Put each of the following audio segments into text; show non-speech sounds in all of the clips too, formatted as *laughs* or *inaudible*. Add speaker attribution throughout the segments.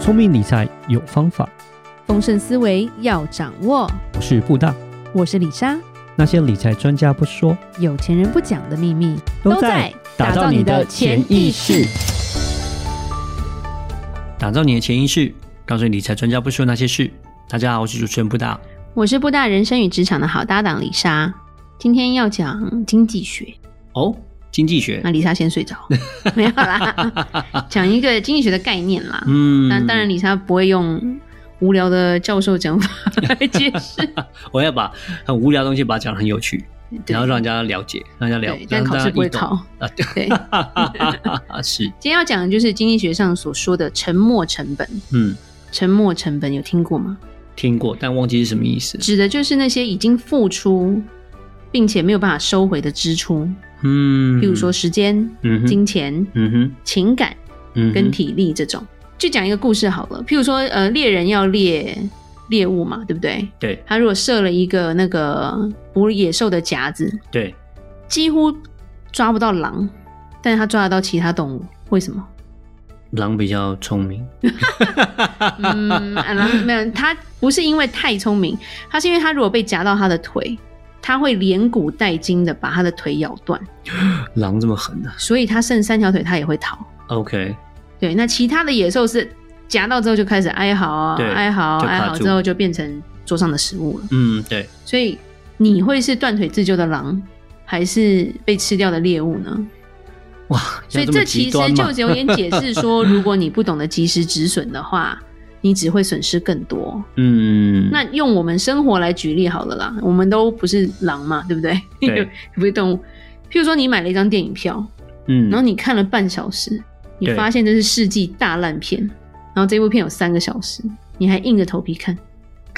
Speaker 1: 聪明理财有方法，
Speaker 2: 丰盛思维要掌握。
Speaker 1: 我是布大。
Speaker 2: 我是李莎，
Speaker 1: 那些理财专家不说，
Speaker 2: 有钱人不讲的秘密
Speaker 1: 打造你的潜意识。，打造你的潜意识，告诉你理财专家不说那些事。大家好，我是主持人布大。
Speaker 2: 我是布大人生与职场的好搭档李莎。今天要讲经济学，
Speaker 1: 哦，经济学
Speaker 2: 那，李莎先睡 *laughs* 着，没有啦，讲一个经济学的概念啦。
Speaker 1: *laughs* 嗯
Speaker 2: 哎那当然，，李莎不会用无聊的教授讲法 *laughs* 来解释，
Speaker 1: 我要把很无聊的东西把它讲得很有趣，
Speaker 2: 对
Speaker 1: 然后让人家了解，让人家了
Speaker 2: 对，，但
Speaker 1: 让
Speaker 2: 考
Speaker 1: 大家
Speaker 2: 试不会
Speaker 1: 易懂
Speaker 2: 考。
Speaker 1: 啊。
Speaker 2: 对，
Speaker 1: 对， *laughs* 是，
Speaker 2: 今天要讲的就是经济学上所说的沉没成本。
Speaker 1: 嗯，
Speaker 2: 沉没成本有听过吗？
Speaker 1: 听过，但忘记是什么意思。
Speaker 2: 指的就是那些已经付出并且没有办法收回的支出，
Speaker 1: 嗯，
Speaker 2: 譬如说，时间、
Speaker 1: 嗯哼，
Speaker 2: 金钱、
Speaker 1: 嗯哼，
Speaker 2: 情感
Speaker 1: 嗯哼，
Speaker 2: 跟体力这种。就讲一个故事好了，譬如说，呃，猎人要猎猎物嘛，对不对？
Speaker 1: 对
Speaker 2: 他如果设了一个那个捕野兽的夹子，
Speaker 1: 对，
Speaker 2: 几乎抓不到狼，但是他抓得到其他动物，为什
Speaker 1: *laughs*
Speaker 2: 么？
Speaker 1: 狼比较聪明。
Speaker 2: 嗯，啊狼没有，他不是因为太聪明，他是因为他如果被夹到他的腿，他会连骨带筋的把他的腿咬断，
Speaker 1: 狼这么狠呢、
Speaker 2: 所以他剩三条腿他也会逃。
Speaker 1: o k
Speaker 2: 对，那其他的野兽是夹到之后就开始哀嚎啊，
Speaker 1: 对
Speaker 2: 哀嚎，
Speaker 1: 就卡
Speaker 2: 哀嚎
Speaker 1: 住
Speaker 2: 之后就变成桌上的食物了。
Speaker 1: 嗯，对，
Speaker 2: 所以你会是断腿自救的狼，还是被吃掉的猎物呢？
Speaker 1: 哇，
Speaker 2: 所以
Speaker 1: 要这么
Speaker 2: 这
Speaker 1: 极
Speaker 2: 其
Speaker 1: 端
Speaker 2: 实
Speaker 1: 吗
Speaker 2: 就有点解释说，如果你不懂得及时止损的话，
Speaker 1: *laughs*
Speaker 2: 你只会损失更多。
Speaker 1: 嗯，
Speaker 2: 那用我们生活来举例好了啦，我们都不是狼嘛，对不对？
Speaker 1: 对
Speaker 2: *laughs* 不是动物。譬如说，你买了一张电影票，
Speaker 1: 嗯，
Speaker 2: 然后你看了半小时，你
Speaker 1: 对
Speaker 2: 发现这是世纪大烂片，然后这部片有三个小时，你还硬着头
Speaker 1: *laughs*
Speaker 2: 皮看，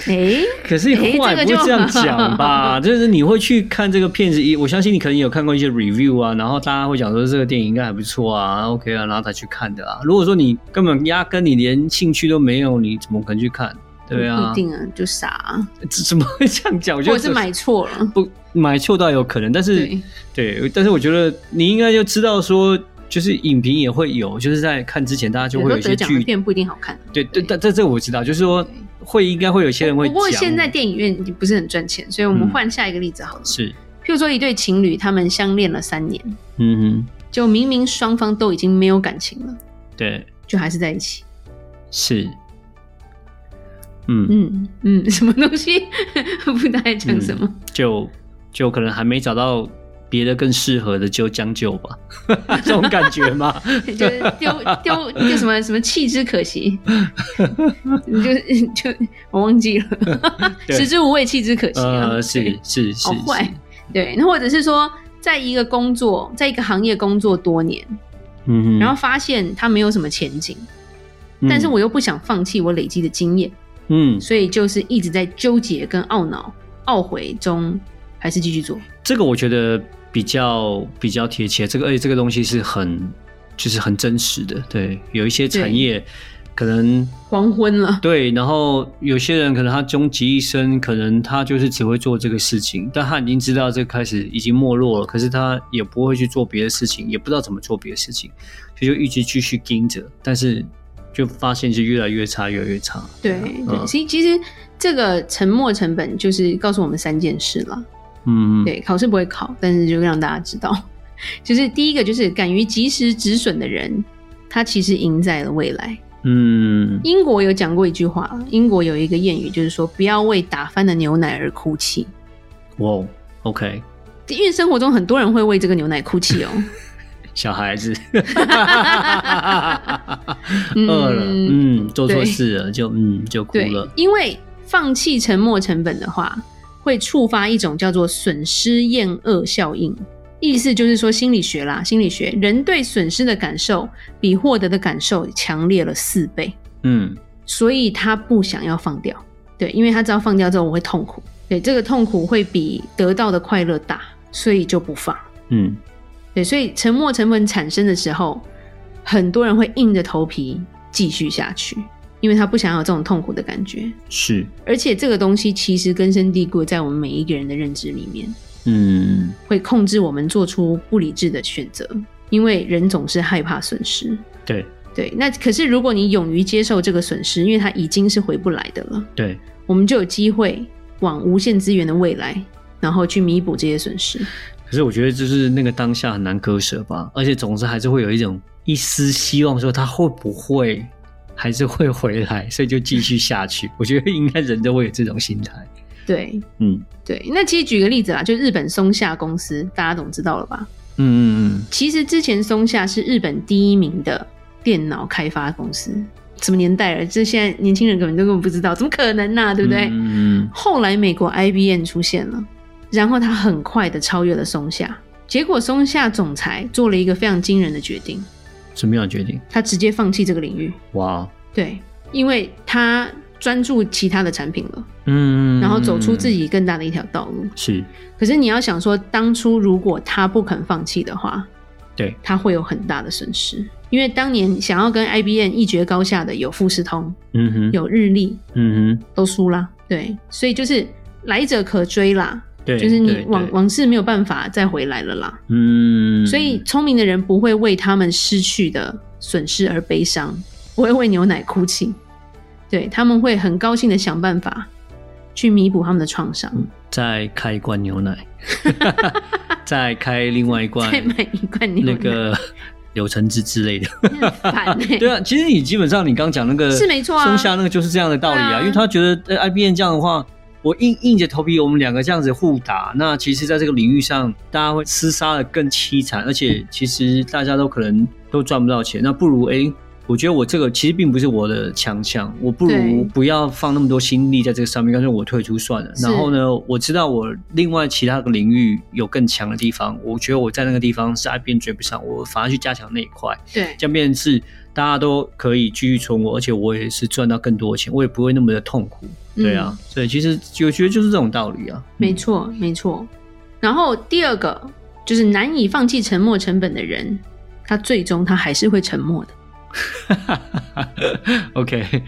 Speaker 2: 诶，
Speaker 1: 可是
Speaker 2: 诶
Speaker 1: 话也
Speaker 2: 这
Speaker 1: 不会
Speaker 2: 个就
Speaker 1: 这样讲
Speaker 2: *laughs*
Speaker 1: 吧？就是你会去看这个片子，我相信你可能有看过一些 review 啊，然后大家会讲说这个电影应该还不错啊，OK 啊，然后才去看的啊。如果说你根本压根你连兴趣都没有，你怎么可能去看？对
Speaker 2: 不
Speaker 1: 啊
Speaker 2: 一，定啊，就傻、啊，
Speaker 1: 这怎么会这样讲？我觉
Speaker 2: 或
Speaker 1: 得
Speaker 2: 者是买错了。
Speaker 1: 不买错倒有可能，但是
Speaker 2: 对，
Speaker 1: 对，但是我觉得你应该就知道说，就是影评也会有，就是在看之前大家就
Speaker 2: 有
Speaker 1: 会有
Speaker 2: 时候
Speaker 1: 一些
Speaker 2: 得奖的
Speaker 1: 剧，
Speaker 2: 片不一定好看。
Speaker 1: 对对，但但这我知道，就是说会应该会有些人会
Speaker 2: 不过
Speaker 1: 讲
Speaker 2: 现在电影院已经不是很赚钱，所以我们
Speaker 1: 嗯
Speaker 2: 换下一个例子好了。
Speaker 1: 是，
Speaker 2: 譬如说，一对情侣他们相恋了三年，
Speaker 1: 嗯
Speaker 2: 就明明双方都已经没有感情了，
Speaker 1: 哼，对，
Speaker 2: 就还是在一起。
Speaker 1: 是，嗯，
Speaker 2: 嗯嗯， *laughs* 什么东西？不大爱讲什么。
Speaker 1: 就就可能还没找到别的更适合的，就将就 *laughs* 吧，这种感觉 *laughs* 嘛，
Speaker 2: *laughs* 就是丢丢丢什么什么弃之可惜，就就 *laughs* 我忘记了，
Speaker 1: *laughs* 对
Speaker 2: 食之无味，弃之可惜啊。
Speaker 1: 呃，是
Speaker 2: 对
Speaker 1: 是是，
Speaker 2: 好坏
Speaker 1: 是
Speaker 2: 对，那或者是说，在一个工作，在一个行业工作多年，
Speaker 1: 嗯哼，
Speaker 2: 然后发现它没有什么前景，
Speaker 1: 嗯，
Speaker 2: 但是我又不想放弃我累积的经验，
Speaker 1: 嗯，
Speaker 2: 所以就是一直在纠结跟懊恼、懊悔中，还是继续做。
Speaker 1: 这个我觉得比较比较贴切，这个而且这个东西是很就是很真实的，对，有一些产业可能
Speaker 2: 黄昏了，
Speaker 1: 对，然后有些人可能他终其一生，可能他就是只会做这个事情，但他已经知道这个开始已经没落了，可是他也不会去做别的事情，也不知道怎么做别的事情，所以就一直继续盯着，但是就发现是越来越差，越来越差，啊
Speaker 2: 对
Speaker 1: 嗯
Speaker 2: 对，其实其实这个沉没成本就是告诉我们三件事了。
Speaker 1: 嗯，
Speaker 2: 对，考试不会考，但是就让大家知道，就是第一个就是敢于及时止损的人，他其实赢在了未来。
Speaker 1: 嗯，
Speaker 2: 英国有讲过一句话，啊英国有一个谚语，就是说不要为打翻的牛奶而哭泣，
Speaker 1: 哇哦，OK，
Speaker 2: 因为生活中很多人会为这个牛奶哭泣
Speaker 1: *laughs*
Speaker 2: 哦。
Speaker 1: 小孩子，饿了，嗯，做错事了就嗯就哭
Speaker 2: 对
Speaker 1: 了，，
Speaker 2: 因为放弃沉没成本的话，会触发一种叫做损失厌恶效应。意思就是说，心理学啦，心理学人对损失的感受比获得的感受强烈了四倍。
Speaker 1: 嗯
Speaker 2: 所以他不想要放掉，对，因为他知道放掉之后我会痛苦，对，这个痛苦会比得到的快乐大，所以就不放。
Speaker 1: 嗯
Speaker 2: 对，所以沉没成本产生的时候，很多人会硬着头皮继续下去，因为他不想要有这种痛苦的感觉。
Speaker 1: 是，
Speaker 2: 而且这个东西其实根深蒂固在我们每一个人的认知里面，
Speaker 1: 嗯
Speaker 2: 会控制我们做出不理智的选择，因为人总是害怕损失。
Speaker 1: 对，
Speaker 2: 对，那可是如果你勇于接受这个损失，因为它已经是回不来的了，
Speaker 1: 对，
Speaker 2: 我们就有机会往无限资源的未来，然后去弥补这些损失。
Speaker 1: 可是我觉得就是那个当下很难割舍吧，而且总是还是会有一种一丝希望，说他会不会还是会回来，所以就继续下去。我觉得应该人都会有这种心态。
Speaker 2: 对
Speaker 1: 嗯
Speaker 2: 对，那其实举个例子啦，就日本松下公司，大家总知道了吧？
Speaker 1: 嗯嗯
Speaker 2: 其实之前松下是日本第一名的电脑开发公司，什么年代了？这现在年轻人根本都根本不知道，怎么可能呐、对不对？
Speaker 1: 嗯嗯
Speaker 2: 后来美国 IBM 出现了，然后它很快的超越了松下。结果松下总裁做了一个非常惊人的决定，
Speaker 1: 嗯，什么样的决定？
Speaker 2: 他直接放弃这个领域。
Speaker 1: 哇，
Speaker 2: 对，因为他专注其他的产品了，
Speaker 1: 嗯，嗯
Speaker 2: 然后走出自己更大的一条道路。
Speaker 1: 是，
Speaker 2: 可是你要想说，当初如果他不肯放弃的话，
Speaker 1: 对，
Speaker 2: 他会有很大的损失。因为当年想要跟 IBM 一决高下的有富士通、
Speaker 1: 嗯哼，
Speaker 2: 有日立，
Speaker 1: 嗯哼，
Speaker 2: 都输啦。对，所以就是来者可追啦，
Speaker 1: 对，
Speaker 2: 就是你
Speaker 1: 对
Speaker 2: 往
Speaker 1: 对
Speaker 2: 往事没有办法再回来了啦。
Speaker 1: 嗯，
Speaker 2: 所以聪明的人不会为他们失去的损失而悲伤，不会为牛奶哭泣，对他们会很高兴的想办法去弥补他们的创伤，
Speaker 1: 再开一罐牛
Speaker 2: *laughs*
Speaker 1: 奶，再开另外一罐
Speaker 2: 再买一罐牛奶，
Speaker 1: 那个柳橙汁之类的。
Speaker 2: 你很烦 *laughs* 欸
Speaker 1: 对啊，其实你基本上你刚讲那个
Speaker 2: 是没错啊
Speaker 1: 松下那个就是这样的道理
Speaker 2: 对
Speaker 1: 啊，
Speaker 2: 啊
Speaker 1: 因为他觉得呃 IBM 这样的话，我硬硬着头皮我们两个这样子互打，那其实在这个领域上，大家会厮杀的更凄惨，而且其实大家都可能都赚不到钱，那不如诶，我觉得我这个其实并不是我的强项，我不如
Speaker 2: 对
Speaker 1: 不要放那么多心力在这个上面，干脆我退出算了。
Speaker 2: 是
Speaker 1: 然后呢，我知道我另外其他的领域有更强的地方，我觉得我在那个地方是 IBM 追不上，我反而去加强那一块。
Speaker 2: 对
Speaker 1: 这样变成是大家都可以继续存活，而且我也是赚到更多的钱，我也不会那么的痛苦。对啊，所以其实我觉得就是这种道理啊。
Speaker 2: 嗯没错没错。然后第二个就是难以放弃沉没成本的人，他最终他还是会沉没的。
Speaker 1: 嗯 *laughs* OK，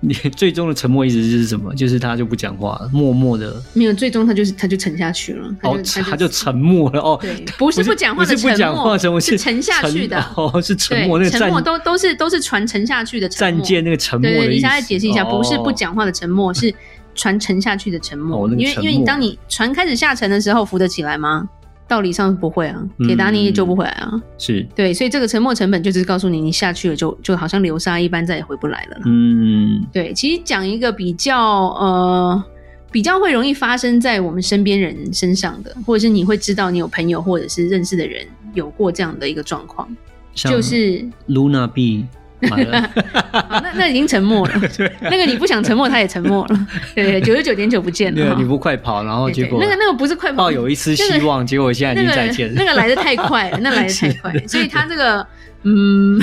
Speaker 1: 你 *laughs* 最终的沉默意思是什么？就是他就不讲话，默默的，
Speaker 2: 没有，最终他就是他就沉下去了，他就、
Speaker 1: 哦，他
Speaker 2: 他
Speaker 1: 就沉默了哦。
Speaker 2: 对，不是不讲话的
Speaker 1: 不是不
Speaker 2: 沉
Speaker 1: 讲话
Speaker 2: 默，
Speaker 1: 的沉默，
Speaker 2: 是沉下去的。
Speaker 1: 哦，是沉
Speaker 2: 对，
Speaker 1: 默那个
Speaker 2: 沉
Speaker 1: 战
Speaker 2: 默都都是都是船沉下去的沉
Speaker 1: 战
Speaker 2: 默。
Speaker 1: 舰那个沉默
Speaker 2: 对对，
Speaker 1: 的
Speaker 2: 你
Speaker 1: 意思。
Speaker 2: 现在解释一下，不是不
Speaker 1: 哦
Speaker 2: 讲话的
Speaker 1: *laughs*
Speaker 2: 沉默，是船沉下去的沉默。
Speaker 1: 哦那个
Speaker 2: 因为
Speaker 1: 沉
Speaker 2: 因为你
Speaker 1: 默
Speaker 2: 当你船开始下沉的时候，浮得起来吗？道理上不会啊，
Speaker 1: 嗯
Speaker 2: 铁达尼也救不回来啊。
Speaker 1: 哦是，
Speaker 2: 对，所以这个沉没成本就是告诉你，你下去了就就好像流沙一般，再也回不来了啦。
Speaker 1: 嗯，
Speaker 2: 对，其实讲一个比较呃比较会容易发生在我们身边人身上的，或者是你会知道你有朋友或者是认识的人有过这样的一个状况，
Speaker 1: 像
Speaker 2: 就是
Speaker 1: Luna B 买
Speaker 2: *laughs*
Speaker 1: 了，
Speaker 2: 好那那已经
Speaker 1: *laughs*
Speaker 2: 沉默了，那个你不想沉默，他也沉默了，对，九十九点九不见
Speaker 1: 对
Speaker 2: 了
Speaker 1: 啊，
Speaker 2: 哈，
Speaker 1: 你不快跑，然后
Speaker 2: 哦对
Speaker 1: 结
Speaker 2: 对
Speaker 1: 果
Speaker 2: 那个那个不是快跑
Speaker 1: 抱，有一丝希望，结果现在已
Speaker 2: 那
Speaker 1: 经再
Speaker 2: 个
Speaker 1: 见
Speaker 2: 那
Speaker 1: 了。
Speaker 2: 个来的太快
Speaker 1: *laughs*
Speaker 2: 了，那来的太快了，所以他这个嗯，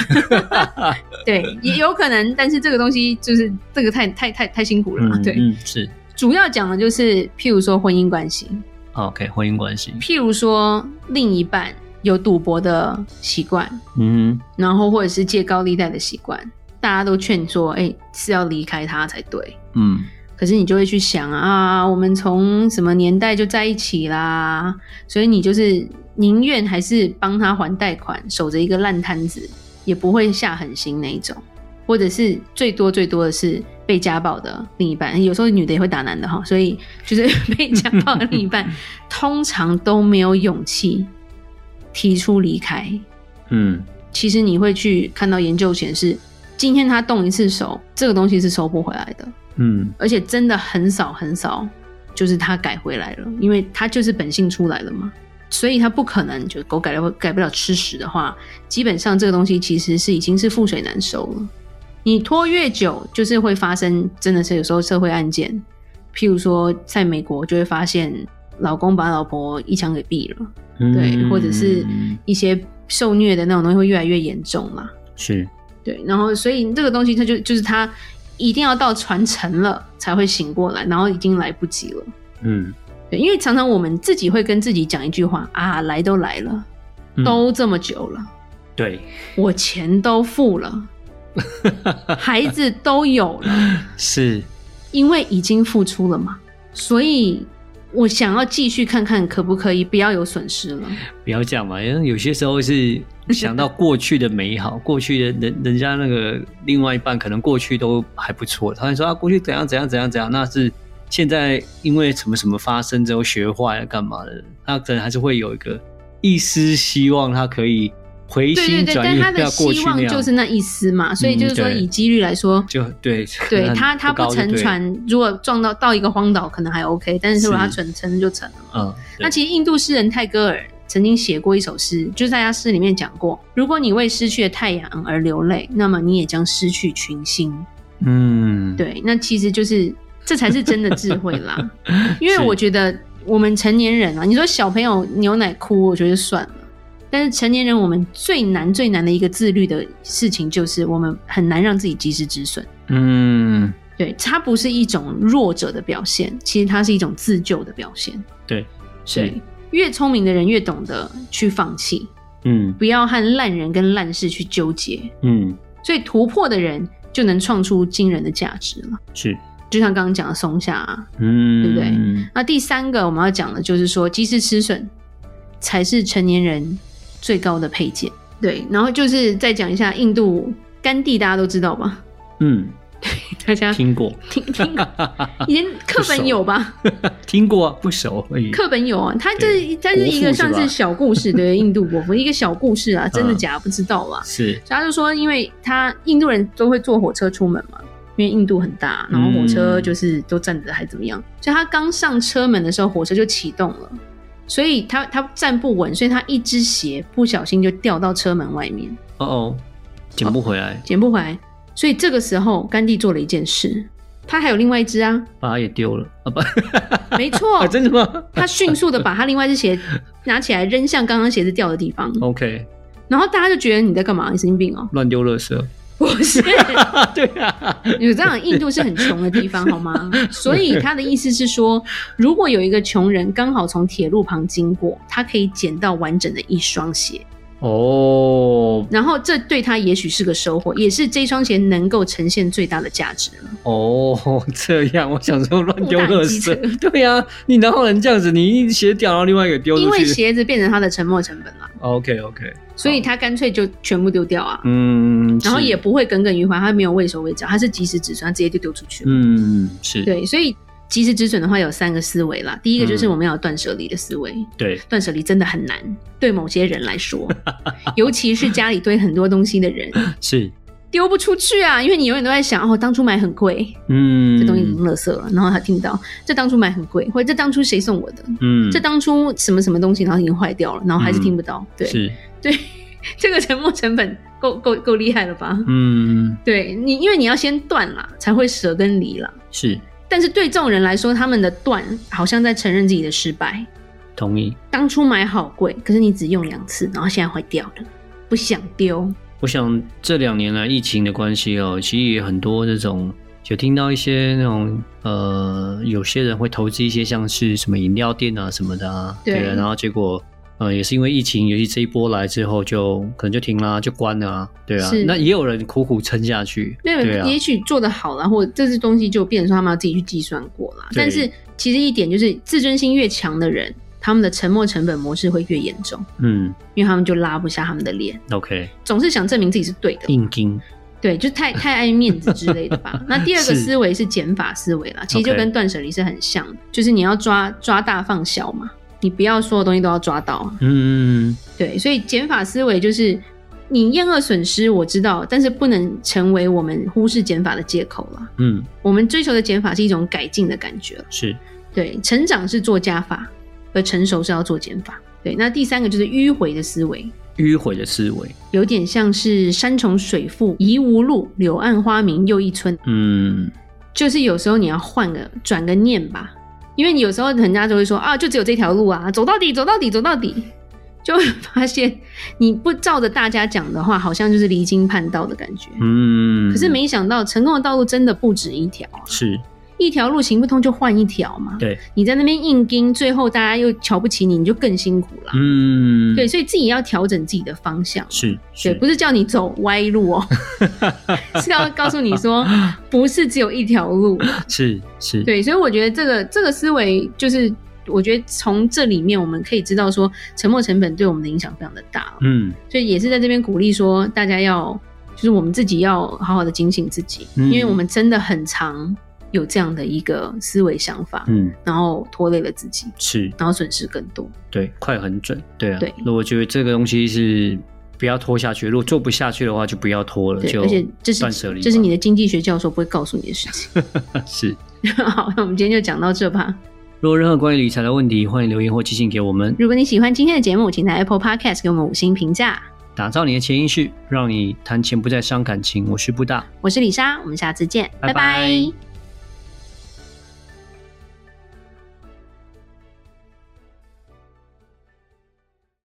Speaker 2: 对，也有可能，但是这个东西就是这个太太太太辛苦了，
Speaker 1: 嗯
Speaker 2: 啊对，
Speaker 1: 嗯，是
Speaker 2: 主要讲的就是，譬如说婚姻关系，
Speaker 1: OK，婚姻关系，
Speaker 2: 譬如说另一半有赌博的习惯，
Speaker 1: 嗯
Speaker 2: 然后或者是借高利贷的习惯，大家都劝说，哎、是要离开他才对。
Speaker 1: 嗯
Speaker 2: 可是你就会去想啊，我们从什么年代就在一起啦，所以你就是宁愿还是帮他还贷款，守着一个烂摊子，也不会下狠心那一种，或者是最多最多的是被家暴的另一半，有时候女的也会打男的哈，所以就是被家暴的另一半，通常都没有勇气提出离开。
Speaker 1: 嗯，
Speaker 2: 其实你会去看到研究显示，今天他动一次手，这个东西是收不回来的。
Speaker 1: 嗯
Speaker 2: 而且真的很少很少，就是他改回来了，因为他就是本性出来了嘛，所以他不可能就狗改了改不了吃屎的话，基本上这个东西其实是已经是覆水难收了。你拖越久，就是会发生真的是有时候社会案件，譬如说在美国就会发现老公把老婆一枪给毙了，
Speaker 1: 嗯
Speaker 2: 对，或者是一些受虐的那种东西会越来越严重嘛。
Speaker 1: 是
Speaker 2: 对，然后所以这个东西它就就是它一定要到传承了才会醒过来，然后已经来不及了。
Speaker 1: 嗯
Speaker 2: 对，因为常常我们自己会跟自己讲一句话啊，来都来了，
Speaker 1: 嗯
Speaker 2: 都这么久了，
Speaker 1: 对，
Speaker 2: 我钱都
Speaker 1: *laughs*
Speaker 2: 付了，孩子都有了，
Speaker 1: 是
Speaker 2: 因为已经付出了嘛，所以我想要继续看看可不可以不要有损失了。
Speaker 1: 不要这样嘛，因为有些时候是想到过去的美好， *laughs* 过去的人人家那个另外一半可能过去都还不错，他会说啊过去怎样怎样怎样怎样，那是现在因为什么什么发生之后学坏了干嘛的，他可能还是会有一个一丝希望，他可以回
Speaker 2: 对对
Speaker 1: 心
Speaker 2: 对，
Speaker 1: 转
Speaker 2: 但
Speaker 1: 意，
Speaker 2: 他
Speaker 1: 不
Speaker 2: 的
Speaker 1: 要过
Speaker 2: 希
Speaker 1: 去那
Speaker 2: 望
Speaker 1: 样。
Speaker 2: 就是那一丝嘛，所以就是说
Speaker 1: 嗯对
Speaker 2: 以几率来说，
Speaker 1: 就对，
Speaker 2: 对
Speaker 1: 很
Speaker 2: 他他
Speaker 1: 高
Speaker 2: 不
Speaker 1: 就
Speaker 2: 沉
Speaker 1: 对，
Speaker 2: 船，如果撞到到一个荒岛可能还 OK，但是如果他
Speaker 1: 是
Speaker 2: 沉沉就沉了嘛。
Speaker 1: 嗯，对
Speaker 2: 那其实印度诗人泰戈尔曾经写过一首诗，就是在他诗里面讲过：如果你为失去的太阳而流泪，那么你也将失去群星。
Speaker 1: 嗯，
Speaker 2: 对，那其实就是这才是真的智慧
Speaker 1: *laughs*
Speaker 2: 啦。因为
Speaker 1: 是
Speaker 2: 我觉得我们成年人啊，你说小朋友牛奶哭，我觉得算了。但是成年人，我们最难最难的一个自律的事情，就是我们很难让自己及时止损。
Speaker 1: 嗯，
Speaker 2: 对，它不是一种弱者的表现，其实它是一种自救的表现。
Speaker 1: 是
Speaker 2: 对，，越聪明的人越懂得去放弃，
Speaker 1: 嗯
Speaker 2: 不要和烂人跟烂事去纠结。
Speaker 1: 嗯
Speaker 2: 所以突破的人就能创出惊人的价值了。
Speaker 1: 是，
Speaker 2: 就像刚刚讲的松下啊，
Speaker 1: 嗯，
Speaker 2: 对不对？那第三个我们要讲的就是说，及时止损才是成年人最高的配件。对，然后就是再讲一下印度甘地，大家都知道吧？
Speaker 1: 嗯，
Speaker 2: 大家
Speaker 1: *laughs* 听过，
Speaker 2: *laughs* 听听，以前课本有吧？
Speaker 1: 听过啊，不熟而已。
Speaker 2: 课本有啊，它这
Speaker 1: 对
Speaker 2: 它是一
Speaker 1: 国
Speaker 2: 个
Speaker 1: 父是
Speaker 2: 算
Speaker 1: 吧嗯
Speaker 2: 是小故事，对，印度国服一个小故事
Speaker 1: *laughs*
Speaker 2: 啊，真的假的不知道啊。
Speaker 1: 是，
Speaker 2: 所以他就说，因为他印度人都会坐火车出门嘛，因为印度很大，然后火车就是都站着还怎么样，所以他刚上车门的时候，火车就启动了，所以他他站不稳，所以他一只鞋不小心就掉到车门外面，
Speaker 1: 哦哦，捡不回来，
Speaker 2: 捡不回来。所以这个时候，甘地做了一件事，他还有另外一只啊，
Speaker 1: 把它也丢了啊不，
Speaker 2: 没
Speaker 1: *laughs*
Speaker 2: 错
Speaker 1: 啊，真的吗
Speaker 2: 他迅速的把他另外一
Speaker 1: *laughs*
Speaker 2: 只鞋拿起来扔向刚刚鞋子掉的地方，
Speaker 1: ？OK，然
Speaker 2: 然后大家就觉得你在干嘛？你神经
Speaker 1: *laughs*
Speaker 2: 病哦、
Speaker 1: 乱丢垃圾，
Speaker 2: 不是。
Speaker 1: *laughs* 对啊，
Speaker 2: *laughs* 有这样，印度是很穷的地方，
Speaker 1: *laughs*
Speaker 2: 好吗？所以他的意思是说，如果有一个穷人刚好从铁路旁经过，他可以捡到完整的一双鞋，
Speaker 1: 哦
Speaker 2: 然后这对他也许是个收获，也是这双鞋能够呈现最大的价值了。
Speaker 1: 哦，这样，我想说乱丢垃
Speaker 2: 误打击
Speaker 1: 圾，对啊，你哪有人这样子？你一鞋掉，然后另外一个丢
Speaker 2: 因
Speaker 1: 出
Speaker 2: 为
Speaker 1: 去
Speaker 2: 鞋子变成他的沉没成本了，
Speaker 1: ，OK OK，
Speaker 2: 所以他干脆就全部丢掉啊，
Speaker 1: 嗯，
Speaker 2: 然后
Speaker 1: 是
Speaker 2: 也不会耿耿于怀，他没有畏手畏脚，他是及时止损，他直接就丢出去了。
Speaker 1: 嗯是，
Speaker 2: 对，所以及时止损的话有三个思维啦，第一个就是
Speaker 1: 嗯
Speaker 2: 我们要有断舍离的思维，
Speaker 1: 对，
Speaker 2: 断舍离真的很难，对某些人来说，
Speaker 1: *laughs*
Speaker 2: 尤其是家里堆很多东西的人，
Speaker 1: 是，
Speaker 2: 丢不出去啊，因为你永远都在想，哦，当初买很贵，
Speaker 1: 嗯，
Speaker 2: 这东西已经垃圾了，然后他听到这当初买很贵，或者这当初谁送我的，
Speaker 1: 嗯，
Speaker 2: 这当初什么什么东西，然后已经坏掉了，然后还是听不到，对
Speaker 1: 是，
Speaker 2: 对， *laughs* 这个沉没成本够够够厉害了吧？
Speaker 1: 嗯
Speaker 2: 对你，因为你要先断啦，才会舍跟离啦。
Speaker 1: 是，
Speaker 2: 但是对这种人来说，他们的断好像在承认自己的失败，
Speaker 1: 同意。
Speaker 2: 当初买好贵，可是你只用两次，然后现在坏掉了，不想丢。
Speaker 1: 我想这两年来疫情的关系哦，其实也很多这种有听到一些那种呃，有些人会投资一些像是什么饮料店啊什么的啊，
Speaker 2: 对
Speaker 1: 啊然后结果呃也是因为疫情，尤其这一波来之后就可能就停啦，就关了啊，对啊
Speaker 2: 是，
Speaker 1: 那也有人苦苦撑下去，
Speaker 2: 那
Speaker 1: 对啊，
Speaker 2: 也许做得好了，或者这些东西就变成说他啊们要自己去计算过了。
Speaker 1: 对
Speaker 2: 但是其实一点就是，自尊心越强的人，他们的沉没成本模式会越严重，
Speaker 1: 嗯
Speaker 2: 因为他们就拉不下他们的脸，
Speaker 1: ，OK，
Speaker 2: 总是想证明自己是对的，
Speaker 1: 硬盯，
Speaker 2: 对，就太太爱面子之类的吧。那第二个
Speaker 1: 是
Speaker 2: 思维是减法思维啦，其实就
Speaker 1: OK
Speaker 2: 跟断舍离是很像的，就是你要抓抓大放小嘛，你不要所有东西都要抓到啊。
Speaker 1: 嗯，
Speaker 2: 对，所以减法思维就是你厌恶损失，我知道，但是不能成为我们忽视减法的借口啦。
Speaker 1: 嗯，
Speaker 2: 我们追求的减法是一种改进的感觉，
Speaker 1: 是，
Speaker 2: 对，成长是做加法，而成熟是要做减法。对，那第三个就是迂回的思维，
Speaker 1: 迂回的思维，
Speaker 2: 有点像是山重水复疑无路，柳暗花明又一村，
Speaker 1: 嗯，
Speaker 2: 就是有时候你要换个转个念吧，因为你有时候人家就会说啊，就只有这条路啊，走到底，走到底，走到底，就会发现你不照着大家讲的话，好像就是离经叛道的感觉。
Speaker 1: 嗯，
Speaker 2: 可是没想到，成功的道路真的不止一条啊，
Speaker 1: 是，
Speaker 2: 一条路行不通就换一条嘛。
Speaker 1: 对，
Speaker 2: 你在那边硬盯，最后大家又瞧不起你，你就更辛苦了。
Speaker 1: 嗯，
Speaker 2: 哦对，，所以自己要调整自己的方向。
Speaker 1: 是，是，
Speaker 2: 对，不是叫你走歪
Speaker 1: *laughs*
Speaker 2: 路哦， *laughs* 是要告诉你说，不是只有一条路。
Speaker 1: 是，是，
Speaker 2: 对，所以我觉得这个这个思维就是我觉得从这里面我们可以知道说，沉没成本对我们的影响非常的大。
Speaker 1: 嗯
Speaker 2: 所以也是在这边鼓励说，大家要就是我们自己要好好的警醒自己，
Speaker 1: 嗯
Speaker 2: 因为我们真的很常有这样的一个思维想法，
Speaker 1: 嗯，
Speaker 2: 然后拖累了自己，
Speaker 1: 是
Speaker 2: 然后损失更多。
Speaker 1: 对，快很准，对啊。
Speaker 2: 对
Speaker 1: 那我觉得这个东西是不要拖下去，如果做不下去的话，就不要拖了，
Speaker 2: 对，
Speaker 1: 呃就
Speaker 2: 而且这是
Speaker 1: 断舍离吧。
Speaker 2: 这是你的经济学教授不会告诉你的事情。
Speaker 1: *laughs*
Speaker 2: *laughs*
Speaker 1: 是。
Speaker 2: 好，那我们今天就讲到这吧。
Speaker 1: 如果任何关于理财的问题，欢迎留言或寄信给我们。
Speaker 2: 如果你喜欢今天的节目，请在 Apple Podcast 给我们五星评价。
Speaker 1: 打造你的潜意识，让你谈钱不再伤感情。我是布大，
Speaker 2: 我是李莎，我们下次见，
Speaker 1: 拜拜
Speaker 2: 拜拜